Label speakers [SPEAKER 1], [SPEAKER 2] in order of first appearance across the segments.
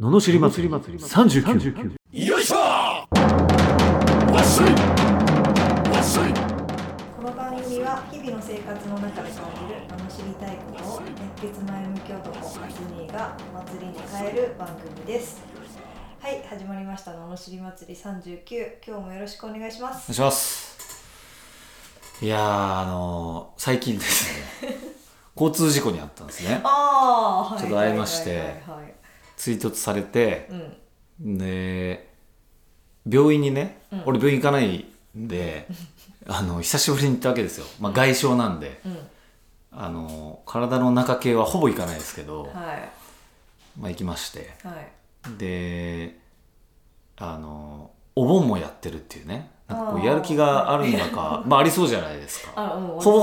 [SPEAKER 1] ののしり祭り39
[SPEAKER 2] よいしょわっしょいわっしょい
[SPEAKER 3] この番組は日々の生活の中で感じる楽しみたいことを熱血前向き男マスニーがお祭りに変える番組ですはい始まりました「ののしり祭り39」今日もよろしくお願いしま
[SPEAKER 4] お願い
[SPEAKER 3] す
[SPEAKER 4] します。いやー、あのー最近ですね、交通事故に遭ったんですね。
[SPEAKER 3] ああーはい
[SPEAKER 4] ちょっと会いまして
[SPEAKER 3] はいはいはい
[SPEAKER 4] 追突されて、
[SPEAKER 3] うん
[SPEAKER 4] で、病院にね、
[SPEAKER 3] うん
[SPEAKER 4] 俺病院行かないんで、あの、久しぶりに行ったわけですよ。まあ、外傷なんで、
[SPEAKER 3] うん
[SPEAKER 4] あのー体の中系はほぼ行かないですけど、
[SPEAKER 3] はい
[SPEAKER 4] まあ、行きまして。
[SPEAKER 3] はい
[SPEAKER 4] で、あのーお盆もやってるっていうね、なんかこ
[SPEAKER 3] あ
[SPEAKER 4] う、
[SPEAKER 3] ー
[SPEAKER 4] やる気があるんだか、まあ、ありそうじゃないですか。
[SPEAKER 3] あもう
[SPEAKER 4] ほぼ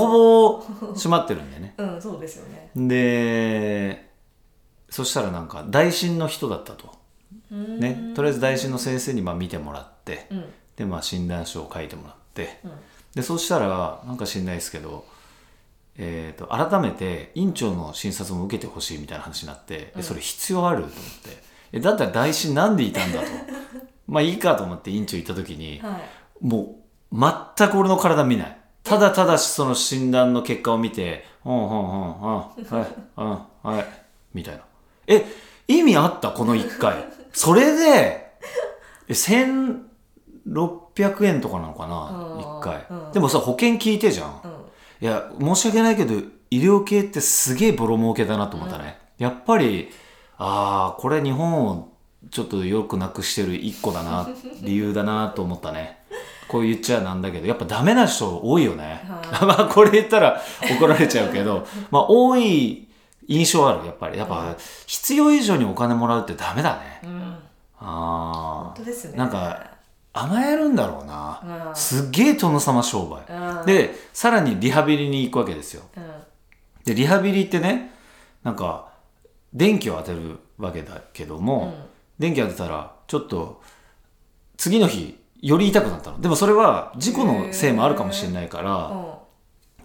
[SPEAKER 4] ほぼ閉まってるんでね。
[SPEAKER 3] ぼうんそうですよね
[SPEAKER 4] でそしたらなんか大診の人だったと、ね、とりあえず大診の先生にまあ見てもらって、
[SPEAKER 3] うん
[SPEAKER 4] でまあ診断書を書いてもらって
[SPEAKER 3] うん
[SPEAKER 4] でそうしたらなんか知んないですけど、えー、と改めて院長の診察も受けてほしいみたいな話になって、
[SPEAKER 3] うん
[SPEAKER 4] えそれ必要あると思ってえだったら大診なんでいた んだとまあいいかと思って院長行った時に
[SPEAKER 3] はい
[SPEAKER 4] もう全く俺の体見ない。ただただその診断の結果を見て、うんうんうんうん、はい、うん、はい、みたいな。え、意味あったこの1回。それで、え1600円とかなのか
[SPEAKER 3] うん
[SPEAKER 4] な、1
[SPEAKER 3] うん
[SPEAKER 4] 回。でもさ、保険聞いてじゃん。
[SPEAKER 3] うん
[SPEAKER 4] いや、申し訳ないけど、医療系ってすげえボロ儲けだなと思ったね。やっぱり、ああ、これ日本をちょっとよくなくしてる一個だな、理由だなと思ったね。こう言っちゃなんだけど、やっぱダメな人多いよね。
[SPEAKER 3] は
[SPEAKER 4] まあ、これ言ったら怒られちゃうけど、 まあ、多い印象ある、やっぱり。やっぱ、必要以上にお金もらうってダメだね。
[SPEAKER 3] うん
[SPEAKER 4] あ
[SPEAKER 3] 本当ですね
[SPEAKER 4] なんかあ、甘えるんだろうな。
[SPEAKER 3] うん
[SPEAKER 4] すっげえ殿様商売。
[SPEAKER 3] うん
[SPEAKER 4] で、さらにリハビリに行くわけですよ。
[SPEAKER 3] うん
[SPEAKER 4] で、リハビリってね、なんか、電気を当てるわけだけども、
[SPEAKER 3] うん
[SPEAKER 4] 電気当てたら、ちょっと、次の日、より痛くなったの。でもそれは、事故のせいもあるかもしれないか
[SPEAKER 3] う
[SPEAKER 4] ら、
[SPEAKER 3] ん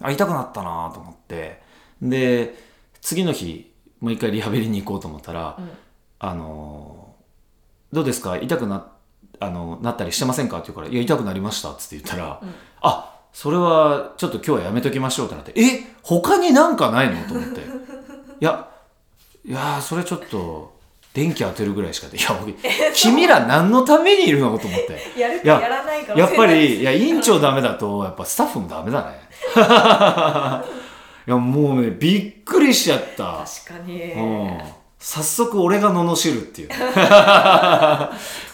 [SPEAKER 4] あ、痛くなったなと思って、で、次の日、もう一回リハビリに行こうと思ったら、
[SPEAKER 3] うん
[SPEAKER 4] あのーどうですか痛くなあのなったりしてませんか?」って言うから「いや痛くなりました」っつって言ったら「
[SPEAKER 3] うん
[SPEAKER 4] あそれはちょっと今日はやめときましょう」ってなって「え他になんかないの?」と思って「いやいやーそれちょっと電気当てるぐらいしかでいや僕君ら何のためにいるの?」と思って。
[SPEAKER 3] やるか
[SPEAKER 4] いや
[SPEAKER 3] やらないかの
[SPEAKER 4] やっぱ
[SPEAKER 3] せい
[SPEAKER 4] り、いや、委員長ダメだと、やっぱスタッフもダメだね。 いや、もうね、びっくりしちゃった。
[SPEAKER 3] 確かに、
[SPEAKER 4] うん早速俺が罵るっていうね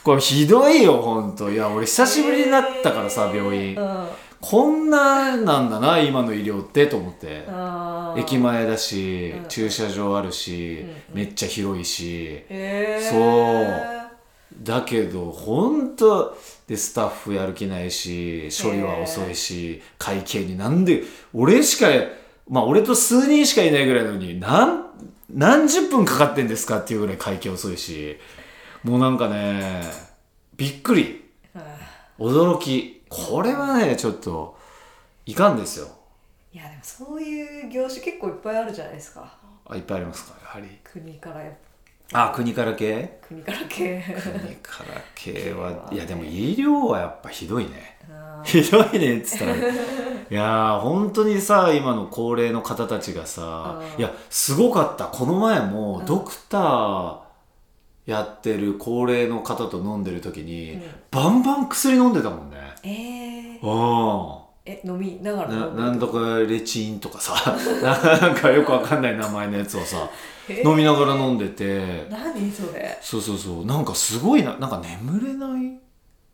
[SPEAKER 4] これひどいよほんといや俺久しぶりになったからさ、
[SPEAKER 3] えー
[SPEAKER 4] 病院、
[SPEAKER 3] うん
[SPEAKER 4] こんななんだな今の医療ってと思って、
[SPEAKER 3] あー
[SPEAKER 4] 駅前だし、
[SPEAKER 3] うん
[SPEAKER 4] 駐車場あるし、
[SPEAKER 3] うんうん
[SPEAKER 4] めっちゃ広いし
[SPEAKER 3] へ
[SPEAKER 4] そ
[SPEAKER 3] ー
[SPEAKER 4] うだけどほんとでスタッフやる気ないし処理は遅いし、会計になんで俺しかまあ俺と数人しかいないぐらいなのになん何十分かかってんですかっていうぐらい会計遅いしもうなんかねびっくり
[SPEAKER 3] うん
[SPEAKER 4] 驚きこれはねちょっといかんですよ
[SPEAKER 3] いやでもそういう業種結構いっぱいあるじゃないですか
[SPEAKER 4] あいっぱいありますかやはり
[SPEAKER 3] 国から
[SPEAKER 4] あ国から系
[SPEAKER 3] 国から系
[SPEAKER 4] 国から系はいやでも医療はやっぱひどいね
[SPEAKER 3] あ
[SPEAKER 4] ひどいねっつったらいやー本当にさ今の高齢の方たちがさ
[SPEAKER 3] うん
[SPEAKER 4] いやすごかったこの前も
[SPEAKER 3] うん
[SPEAKER 4] ドクターやってる高齢の方と飲んでる時に、
[SPEAKER 3] うん
[SPEAKER 4] バンバン薬飲んでたもんね
[SPEAKER 3] ーえー、
[SPEAKER 4] う
[SPEAKER 3] え飲みながら
[SPEAKER 4] んな
[SPEAKER 3] 飲む
[SPEAKER 4] なんとかレチンとかさ なんかよくわかんない名前のやつをさ
[SPEAKER 3] へー
[SPEAKER 4] 飲みながら飲んでて
[SPEAKER 3] 何それ
[SPEAKER 4] そうそうそうなんかすごいななんか眠れない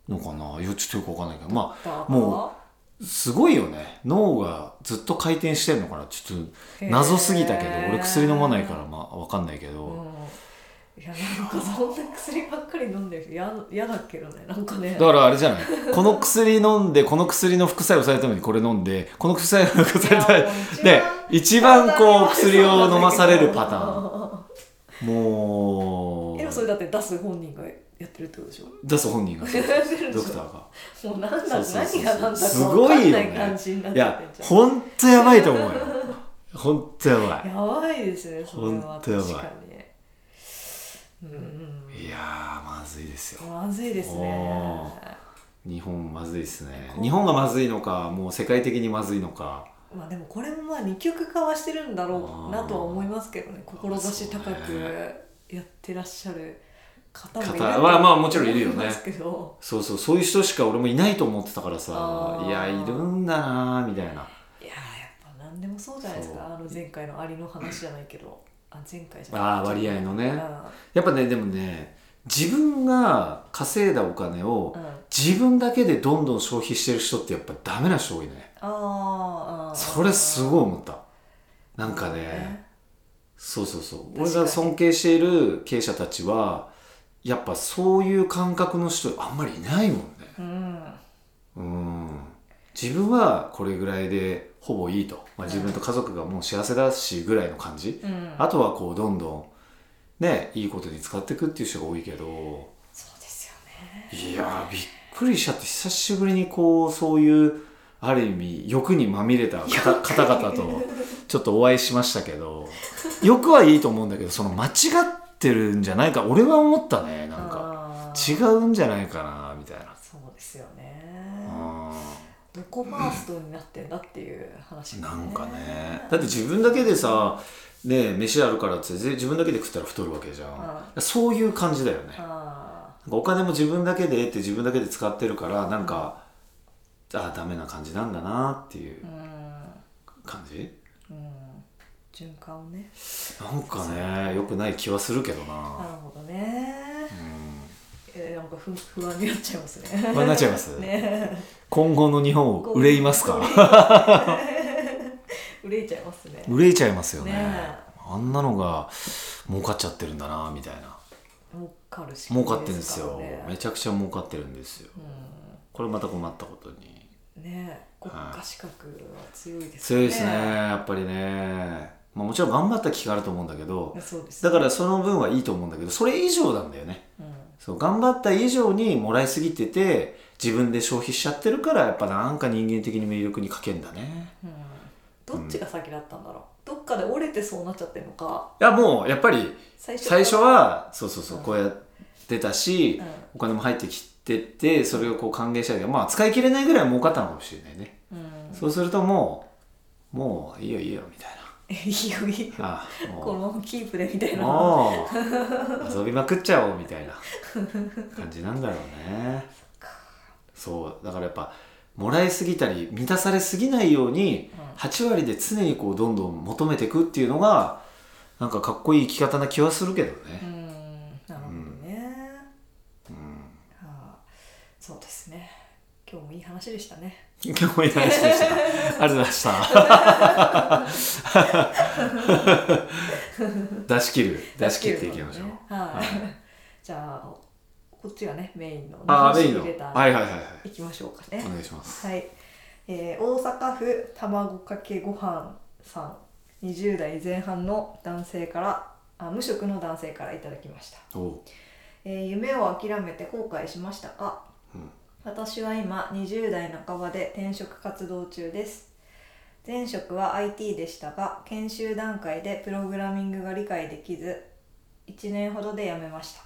[SPEAKER 4] のかないやちょっとよくわかんないけどまあ
[SPEAKER 3] だ
[SPEAKER 4] もすごいよね脳がずっと回転してるのかなちょっと謎すぎたけど
[SPEAKER 3] へー
[SPEAKER 4] 俺薬飲まないからまあわかんないけ
[SPEAKER 3] う
[SPEAKER 4] ど、
[SPEAKER 3] んいやなんかそんな薬ばっかり飲んでる 人や嫌だけどねなんかね
[SPEAKER 4] だからあれじゃないこの薬飲んでこの薬の副作用を抑えるためにこれ飲んでこの副作用の副作用を抑える
[SPEAKER 3] いや
[SPEAKER 4] で
[SPEAKER 3] もう
[SPEAKER 4] 一番こう薬を飲まされるパターン
[SPEAKER 3] ー
[SPEAKER 4] も
[SPEAKER 3] えでもそうれだって出す本人がやってるってことでしょ
[SPEAKER 4] 出す本人が
[SPEAKER 3] やってるでしょ
[SPEAKER 4] ドクターが
[SPEAKER 3] もうなんだ
[SPEAKER 4] そうそうそう
[SPEAKER 3] 何が何だか
[SPEAKER 4] す
[SPEAKER 3] 分
[SPEAKER 4] ご
[SPEAKER 3] かん
[SPEAKER 4] いよ
[SPEAKER 3] ない
[SPEAKER 4] ね
[SPEAKER 3] 感じになっ
[SPEAKER 4] い
[SPEAKER 3] ちゃっ
[SPEAKER 4] や
[SPEAKER 3] てんじゃん
[SPEAKER 4] ほんとやばいと思うよほんとやばい
[SPEAKER 3] やばいですねそれは
[SPEAKER 4] ほんとやばい
[SPEAKER 3] 確かにうんうんうん
[SPEAKER 4] いいやーまずいですよ
[SPEAKER 3] まずいですね
[SPEAKER 4] 日本まずいですね日本がまずいのかもう世界的にまずいのか
[SPEAKER 3] まあでもこれもまあ二極化はしてるんだろうなとは思いますけどね志高くやってらっしゃる方もいると
[SPEAKER 4] 方まあまあもちろんいるよね
[SPEAKER 3] 思 ますけど
[SPEAKER 4] そうそうそういう人しか俺もいないと思ってたから
[SPEAKER 3] あ
[SPEAKER 4] さ
[SPEAKER 3] ー
[SPEAKER 4] いやいるんだなーみたいない
[SPEAKER 3] やーやっぱ何でもそうじゃないですか
[SPEAKER 4] そう
[SPEAKER 3] あの前回のアリの話じゃないけどあ前回じゃない
[SPEAKER 4] あー割合のね
[SPEAKER 3] うん
[SPEAKER 4] やっぱねでもね自分が稼いだお金を
[SPEAKER 3] うん、
[SPEAKER 4] 自分だけでどんどん消費してる人ってやっぱダメな人多いね
[SPEAKER 3] あーあー
[SPEAKER 4] それすごい思ったなんかね、そうそうそう俺が尊敬している経営者たちはやっぱそういう感覚の人あんまりいないもんね
[SPEAKER 3] うん
[SPEAKER 4] うん自分はこれぐらいでほぼいいと、まあ、自分と家族がもう幸せだしぐらいの感じ、
[SPEAKER 3] うん
[SPEAKER 4] あとはこうどんどんねいいことに使っていくっていう人が多いけど
[SPEAKER 3] そうですよね
[SPEAKER 4] いやーびっくりしちゃって久しぶりにこうそういうある意味欲にまみれた方方々とちょっとお会いしましたけど欲はいいと思うんだけどその間違ってるんじゃないか俺は思ったねなんか
[SPEAKER 3] か
[SPEAKER 4] 違うんじゃないかなみたいな。
[SPEAKER 3] そうですよ
[SPEAKER 4] う
[SPEAKER 3] ね
[SPEAKER 4] ん
[SPEAKER 3] どこファーストになってんだっていう話も
[SPEAKER 4] なんかねだって自分だけでさねえ飯あるからっつってぜ自分だけで食ったら太るわけじゃん、そういう感じだよねなんか
[SPEAKER 3] あ
[SPEAKER 4] お金も自分だけでって自分だけで使ってるからなんか、ああダメな感じなんだなっていう
[SPEAKER 3] ーうん
[SPEAKER 4] 感じ、
[SPEAKER 3] うん循環をね
[SPEAKER 4] なんかね良くない気はするけど
[SPEAKER 3] な
[SPEAKER 4] な
[SPEAKER 3] るほどね
[SPEAKER 4] うん
[SPEAKER 3] えーなんか不不安になっちゃいますね
[SPEAKER 4] 不安になっちゃい ます
[SPEAKER 3] ね
[SPEAKER 4] 今後の日本を憂いますか
[SPEAKER 3] 憂いちゃいますね
[SPEAKER 4] 憂いちゃいますよね
[SPEAKER 3] ねえ
[SPEAKER 4] あんなのが儲かっちゃってるんだなみたいな
[SPEAKER 3] 儲かるし
[SPEAKER 4] 儲かってるんですよめ
[SPEAKER 3] ち
[SPEAKER 4] ちゃくちゃ儲かってるんですよこれまた困ったことに
[SPEAKER 3] ね国家資格は強いです
[SPEAKER 4] 強いですねやっぱりね、まあ、もちろん頑張った気があると思うんだけど
[SPEAKER 3] そうです
[SPEAKER 4] だからその分はいいと思うんだけどそれ以上なんだよね
[SPEAKER 3] うん
[SPEAKER 4] そう頑張った以上にもらいすぎてて自分で消費しちゃってるからやっぱなんか人間的に魅力に欠けんだね
[SPEAKER 3] うんどっちが先だったんだろうどっかで折れてそうなっちゃってるのか
[SPEAKER 4] いやもうやっぱり
[SPEAKER 3] 最初
[SPEAKER 4] 最初
[SPEAKER 3] は
[SPEAKER 4] はそうそうそう
[SPEAKER 3] うん
[SPEAKER 4] こうやってたし
[SPEAKER 3] うん
[SPEAKER 4] お金も入ってきててそれをこう還元したけどまあ使い切れないぐらい儲かったのかもしれないね
[SPEAKER 3] うん
[SPEAKER 4] そうするともうもういいよいいよみたい
[SPEAKER 3] えいいよいいよ
[SPEAKER 4] なああもう
[SPEAKER 3] このままキープでみたいな
[SPEAKER 4] もう遊びまくっちゃおうみたいな感じなんだろうねそうだからやっぱもらいすぎたり満たされすぎないように
[SPEAKER 3] うん
[SPEAKER 4] 8割で常にこうどんどん求めていくっていうのがなんかかっこいい生き方な気はするけど
[SPEAKER 3] う
[SPEAKER 4] ね、
[SPEAKER 3] んなるほどねはあそうですね今日もいい話でしたね
[SPEAKER 4] 今日もいい話 でしたありがとうございました 出し切る出し切っていきましょう、
[SPEAKER 3] ねはい、
[SPEAKER 4] は
[SPEAKER 3] じゃあこっちがねメインの
[SPEAKER 4] ああメイン
[SPEAKER 3] 話
[SPEAKER 4] のは
[SPEAKER 3] を入
[SPEAKER 4] い
[SPEAKER 3] れた
[SPEAKER 4] はいはいはい
[SPEAKER 3] いきましょうかね
[SPEAKER 4] お願いします
[SPEAKER 3] はい、えー大阪府卵かけご飯さん20代前半の男性からあ無職の男性からいただきました、
[SPEAKER 4] おう
[SPEAKER 3] えー夢を諦めて後悔しましたか、
[SPEAKER 4] うん
[SPEAKER 3] 私は今20代半ばで転職活動中です前職は IT でしたが研修段階でプログラミングが理解できず1年ほどで辞めました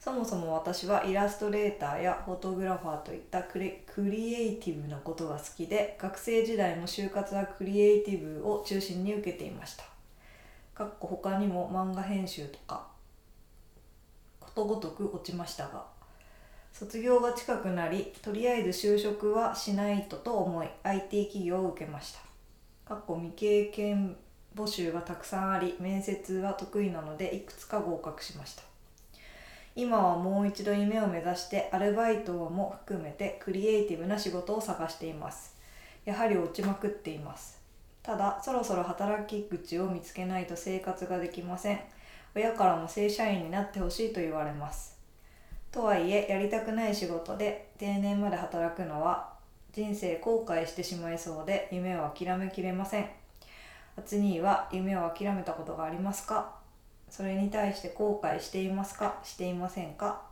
[SPEAKER 3] そもそも私はイラストレーターやフォトグラファーといったクリクリエイティブなことが好きで学生時代も就活はクリエイティブを中心に受けていましたかっこ他にも漫画編集とかことごとく落ちましたが卒業が近くなりとりあえず就職はしないとと思い IT 企業を受けましたかっこ未経験募集がたくさんあり面接は得意なのでいくつか合格しました今はもう一度夢を目指してアルバイトも含めてクリエイティブな仕事を探していますやはり落ちまくっていますただそろそろ働き口を見つけないと生活ができません親からも正社員になってほしいと言われますとはいえやりたくない仕事で定年まで働くのは人生後悔してしまいそうで夢を諦めきれませんあつにーは夢を諦めたことがありますかそれに対して後悔していますかしていませんか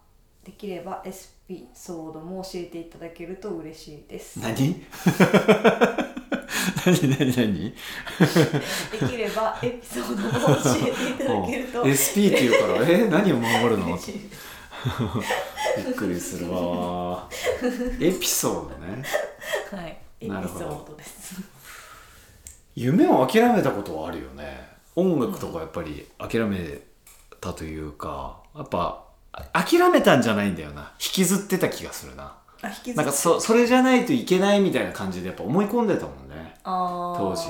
[SPEAKER 3] できればエピ ソードも教えていただけると嬉しいです
[SPEAKER 4] 何何何何
[SPEAKER 3] できればエピソードも教えていただけると
[SPEAKER 4] お SP っていうからえ何を守るの
[SPEAKER 3] 嬉しいです
[SPEAKER 4] びっくりするわーエピソードね
[SPEAKER 3] はいエピソ
[SPEAKER 4] なるほど
[SPEAKER 3] ードです
[SPEAKER 4] 夢を諦めたことはあるよね音楽とかやっぱり諦めたというかやっぱあ諦めたんじゃないんだよな引きずってた気がするな
[SPEAKER 3] あ引きず
[SPEAKER 4] なんかそそれじゃないといけないみたいな感じでやっぱ思い込んでたもんね
[SPEAKER 3] あー
[SPEAKER 4] 当時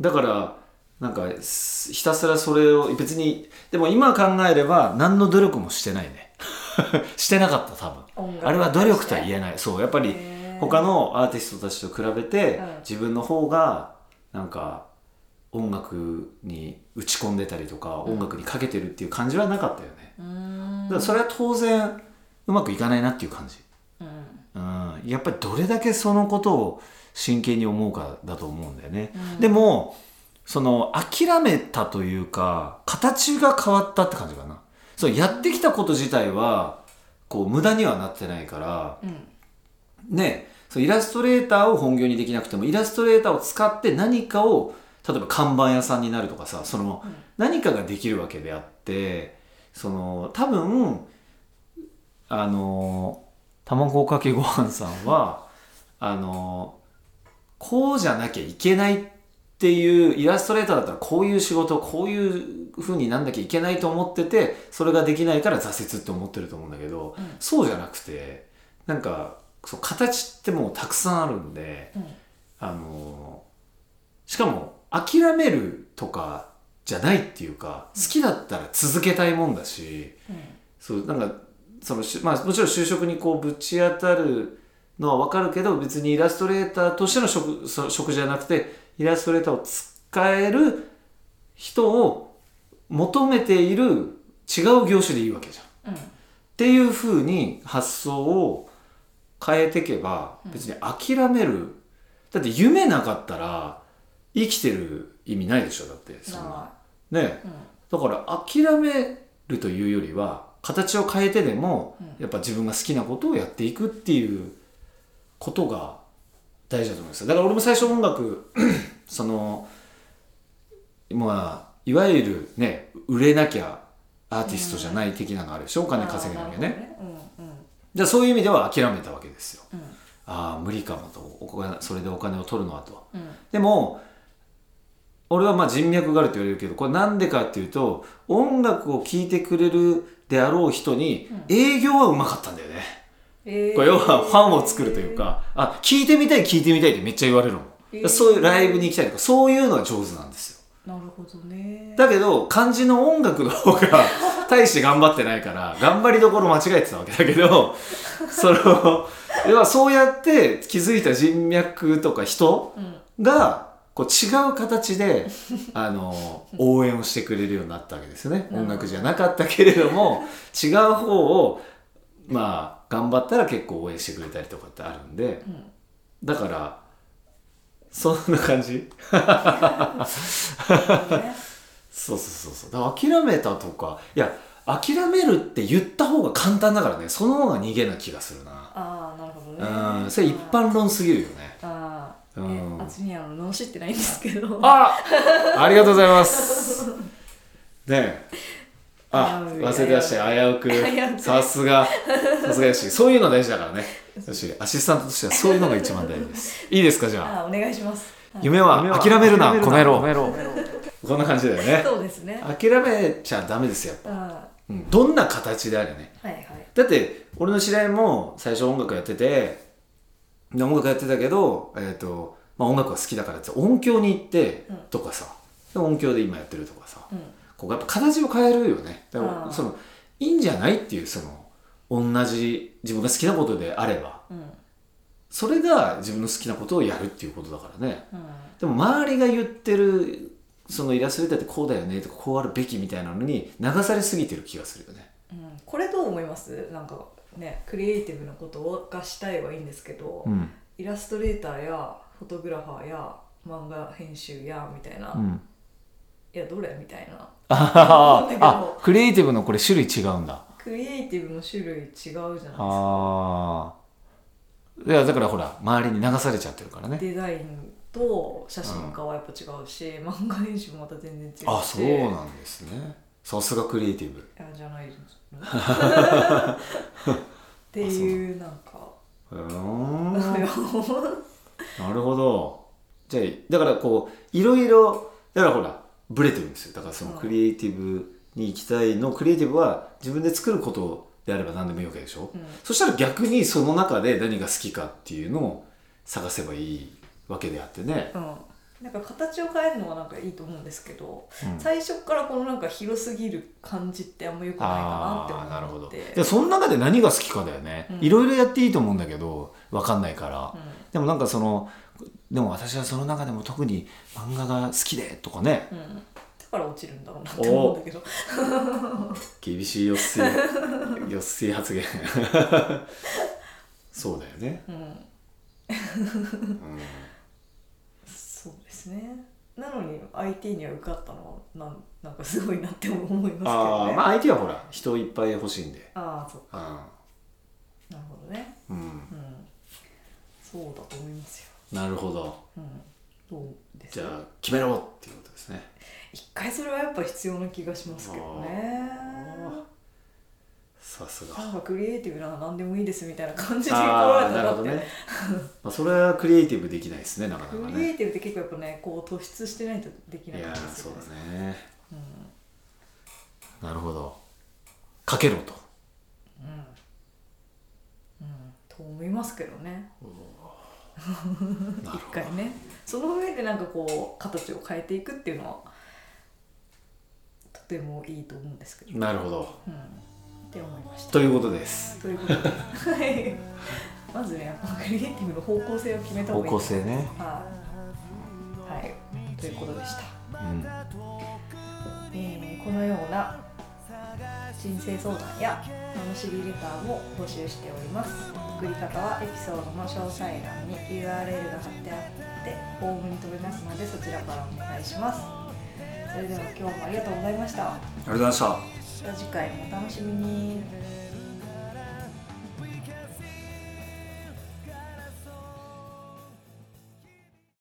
[SPEAKER 4] だからなんかすひたすらそれを別にでも今考えれば何の努力もしてないね してなかった多分
[SPEAKER 3] 音楽
[SPEAKER 4] あれは努力とは言えないそうやっぱり
[SPEAKER 3] へー
[SPEAKER 4] 他のアーティストたちと比べて
[SPEAKER 3] うん
[SPEAKER 4] 自分の方がなんか音楽に打ち込んでたりとか音楽にかけてるっていう感じはなかったよね
[SPEAKER 3] うーん
[SPEAKER 4] だからそれは当然うまくいかないなっていう感じ
[SPEAKER 3] う
[SPEAKER 4] う
[SPEAKER 3] ん
[SPEAKER 4] ん、やっぱりどれだけそのことを真剣に思うかだと思うんだよね、
[SPEAKER 3] うん
[SPEAKER 4] でもその諦めたというか形が変わったって感じかなそうやってきたこと自体はこう無駄にはなってないから
[SPEAKER 3] うん
[SPEAKER 4] ねそうイラストレーターを本業にできなくてもイラストレーターを使って何かを例えば看板屋さんになるとかさその
[SPEAKER 3] うん
[SPEAKER 4] 何かができるわけであってその多分あの卵かけご飯さんはあのこうじゃなきゃいけないっていうイラストレーターだったらこういう仕事こういう風になんなきゃいけないと思っててそれができないから挫折って思ってると思うんだけど、
[SPEAKER 3] うん
[SPEAKER 4] そうじゃなくてなんかそう形ってもうたくさんあるんで
[SPEAKER 3] うん
[SPEAKER 4] あのしかも諦めるとかじゃないっていうか好きだったら続けたいもんだし。そうなんかそのし、まあ、もちろん就職にこうぶち当たるのは分かるけど別にイラストレーターとしての職そ職じゃなくてイラストレーターを使える人を求めている違う業種でいいわけじゃん。っ
[SPEAKER 3] うん
[SPEAKER 4] ていうふうに発想を変えていけば別に諦める、だって夢なかったら生きてる意味ないでしょだってそんな。ねえ
[SPEAKER 3] うん
[SPEAKER 4] だから諦めるというよりは形を変えてでもやっぱ自分が好きなことをやっていくっていうことが大事だと思いますだから俺も最初音楽 そのまあいわゆるね売れなきゃアーティストじゃない的なのあるでしょ、お金稼げなきゃね
[SPEAKER 3] あーなるほどね
[SPEAKER 4] じゃあそういう意味では諦めたわけですよ
[SPEAKER 3] うん
[SPEAKER 4] ああ無理かもとお金それでお金を取るのはと
[SPEAKER 3] うんうん
[SPEAKER 4] でも俺はまあ人脈があるって言われるけどこれなんでかっていうと音楽を聴いてくれるであろう人に営業はうまかったんだよね、
[SPEAKER 3] えー
[SPEAKER 4] これ要はファンを作るというか、あ聴いてみたい聴いてみたいってめっちゃ言われるもん、
[SPEAKER 3] えー
[SPEAKER 4] そういうライブに行きたいとかそういうのは上手なんですよ
[SPEAKER 3] なるほどね
[SPEAKER 4] だけど漢字の音楽の方 が大して頑張ってないから頑張りどころ間違えてたわけだけどその要はそうやって気づいた人脈とか人
[SPEAKER 3] うん
[SPEAKER 4] がこう違う形であの応援をしてくれるようになったわけですよね
[SPEAKER 3] なるほど
[SPEAKER 4] 音楽じゃなかったけれども違う方をまあ頑張ったら結構応援してくれたりとかってあるんで
[SPEAKER 3] うん
[SPEAKER 4] だからそんな感じ
[SPEAKER 3] なるほ どね
[SPEAKER 4] そうそうそうそうだから諦めたとかいや諦めるって言った方が簡単だからねその方が逃げな気がするな
[SPEAKER 3] ああなるほど
[SPEAKER 4] う
[SPEAKER 3] ね
[SPEAKER 4] んそれ一般論すぎるよね
[SPEAKER 3] ああ、
[SPEAKER 4] うん
[SPEAKER 3] えあちにあの脳死ってないんですけど
[SPEAKER 4] あありがとうござい ます。ねえ。あ、
[SPEAKER 3] 危うい
[SPEAKER 4] 忘れてらっしゃい。危
[SPEAKER 3] 危
[SPEAKER 4] う
[SPEAKER 3] う
[SPEAKER 4] く。
[SPEAKER 3] い
[SPEAKER 4] さすが。さすがよし。そういうの大事だからね。よし。アシスタントとしてはそういうのが一番大事です。 いいですか、じゃあ。
[SPEAKER 3] あお願いしますはい
[SPEAKER 4] 夢は諦めるな、この野郎。
[SPEAKER 1] 郎
[SPEAKER 4] こんな感じだよね。
[SPEAKER 3] そうですね
[SPEAKER 4] 諦めちゃダメですよ。
[SPEAKER 3] ああ
[SPEAKER 4] うんどんな形であれね。
[SPEAKER 3] はいはい
[SPEAKER 4] だって俺の知り合いも最初音楽やっててで音楽やってたけど、えーとまあ、音楽が好きだからって音響に行って
[SPEAKER 3] うん
[SPEAKER 4] とかさ、で音響で今やってるとかさ
[SPEAKER 3] うん
[SPEAKER 4] こうやっぱ形を変えるよねだか
[SPEAKER 3] あ
[SPEAKER 4] ら
[SPEAKER 3] ー
[SPEAKER 4] そのいいんじゃないっていうその同じ自分が好きなことであれば
[SPEAKER 3] うん
[SPEAKER 4] それが自分の好きなことをやるっていうことだからね
[SPEAKER 3] うん
[SPEAKER 4] でも周りが言ってるそのイラストレーターってこうだよねとかこうあるべきみたいなのに流されすぎてる気がするよね
[SPEAKER 3] うんこれどう思いますなんかねクリエイティブなことをがしたいはいいんですけど、
[SPEAKER 4] うん
[SPEAKER 3] イラストレーターやフォトグラファーや漫画編集やみたいな、
[SPEAKER 4] う
[SPEAKER 3] い
[SPEAKER 4] ん
[SPEAKER 3] やどれみたいな
[SPEAKER 4] あ
[SPEAKER 3] だけ
[SPEAKER 4] ー
[SPEAKER 3] ど
[SPEAKER 4] あクリエイティブのこれ種類違うんだ
[SPEAKER 3] クリエイティブの種類違うじゃないですか
[SPEAKER 4] ああいやだからほら周りに流されちゃってるからね
[SPEAKER 3] デザインと写真家はやっぱ違うし、漫画編集もまた全然違うし
[SPEAKER 4] あ そうなんですねさすがクリエイティブ
[SPEAKER 3] いやじゃないのっていうなんか
[SPEAKER 4] うーん
[SPEAKER 3] あ
[SPEAKER 4] なるほど。じゃあ、だからこう、いろいろ、だからほら、ブレてるんですよ。だからその
[SPEAKER 3] うん
[SPEAKER 4] クリエイティブに行きたいの、クリエイティブは自分で作ることであれば何でもいいわけでしょ、
[SPEAKER 3] うん
[SPEAKER 4] そしたら逆にその中で何が好きかっていうのを探せばいいわけであってね。
[SPEAKER 3] うんなんか形を変えるのはなんかいいと思うんですけど、
[SPEAKER 4] うん
[SPEAKER 3] 最初からこのなんか広すぎる感じってあんま良くない
[SPEAKER 4] あ
[SPEAKER 3] か
[SPEAKER 4] あー、な
[SPEAKER 3] な
[SPEAKER 4] る
[SPEAKER 3] って
[SPEAKER 4] ほ
[SPEAKER 3] 思っ
[SPEAKER 4] ど
[SPEAKER 3] て。
[SPEAKER 4] で、その中で何が好きかだよね
[SPEAKER 3] うん。
[SPEAKER 4] いろいろやっていいと思うんだけど、わかんないから。
[SPEAKER 3] うん
[SPEAKER 4] でもなんかその、でも私はその中でも特に漫画が好きでとかね、
[SPEAKER 3] うん、だから落ちるんだろうなって思うんだけど
[SPEAKER 4] 厳しいよっすい よっすい発言そうだよね、
[SPEAKER 3] うん
[SPEAKER 4] うん
[SPEAKER 3] そうですねなのに IT には受かったのはなんなんかすごいなって思いますけど
[SPEAKER 4] あ
[SPEAKER 3] ね
[SPEAKER 4] あまあ相手はほら人いっぱい欲しいんで
[SPEAKER 3] ああそう
[SPEAKER 4] うん
[SPEAKER 3] なるほどね
[SPEAKER 4] うん
[SPEAKER 3] うんそうだと思いますよ
[SPEAKER 4] なるほど
[SPEAKER 3] うんどうです
[SPEAKER 4] じゃあ決めろっていうことですね
[SPEAKER 3] 一回それはやっぱ必要な気がしますけどね
[SPEAKER 4] さす
[SPEAKER 3] な
[SPEAKER 4] が
[SPEAKER 3] んかクリエイティブなら何でもいいですみたいな感じで来ら
[SPEAKER 4] あ
[SPEAKER 3] れ
[SPEAKER 4] あ
[SPEAKER 3] た
[SPEAKER 4] なるほ
[SPEAKER 3] らっ
[SPEAKER 4] ど
[SPEAKER 3] て、
[SPEAKER 4] ねまあそれはクリエイティブできないですねなかなか
[SPEAKER 3] クリエ
[SPEAKER 4] ね
[SPEAKER 3] イティブって結構やっぱねこう突出してないとでき
[SPEAKER 4] い
[SPEAKER 3] ない
[SPEAKER 4] や
[SPEAKER 3] んで
[SPEAKER 4] ー
[SPEAKER 3] す
[SPEAKER 4] そ
[SPEAKER 3] よ
[SPEAKER 4] う
[SPEAKER 3] ね
[SPEAKER 4] だねなるほどかけろと
[SPEAKER 3] うん、うん、と思いますけどね
[SPEAKER 4] なる
[SPEAKER 3] 一
[SPEAKER 4] ほど
[SPEAKER 3] 回ねその上でなんかこう形を変えていくっていうのはとてもいいと思うんですけど、
[SPEAKER 4] なるほど
[SPEAKER 3] うん、って思いました
[SPEAKER 4] ということです
[SPEAKER 3] ということではいまずねやっぱクリエイティブの方向性を決めた
[SPEAKER 4] 方
[SPEAKER 3] 方がいい
[SPEAKER 4] 向性ね
[SPEAKER 3] はい、はい、ということでした、
[SPEAKER 4] うん
[SPEAKER 3] えーこのような人生相談や楽しみレターも募集しております送り方はエピソードの詳細欄に URL が貼ってあってホームに飛べますのでそちらからお願いしますそれでは今日もありがとうございまし
[SPEAKER 4] あ
[SPEAKER 3] た
[SPEAKER 4] りがとうございました
[SPEAKER 3] また次回もお楽しみに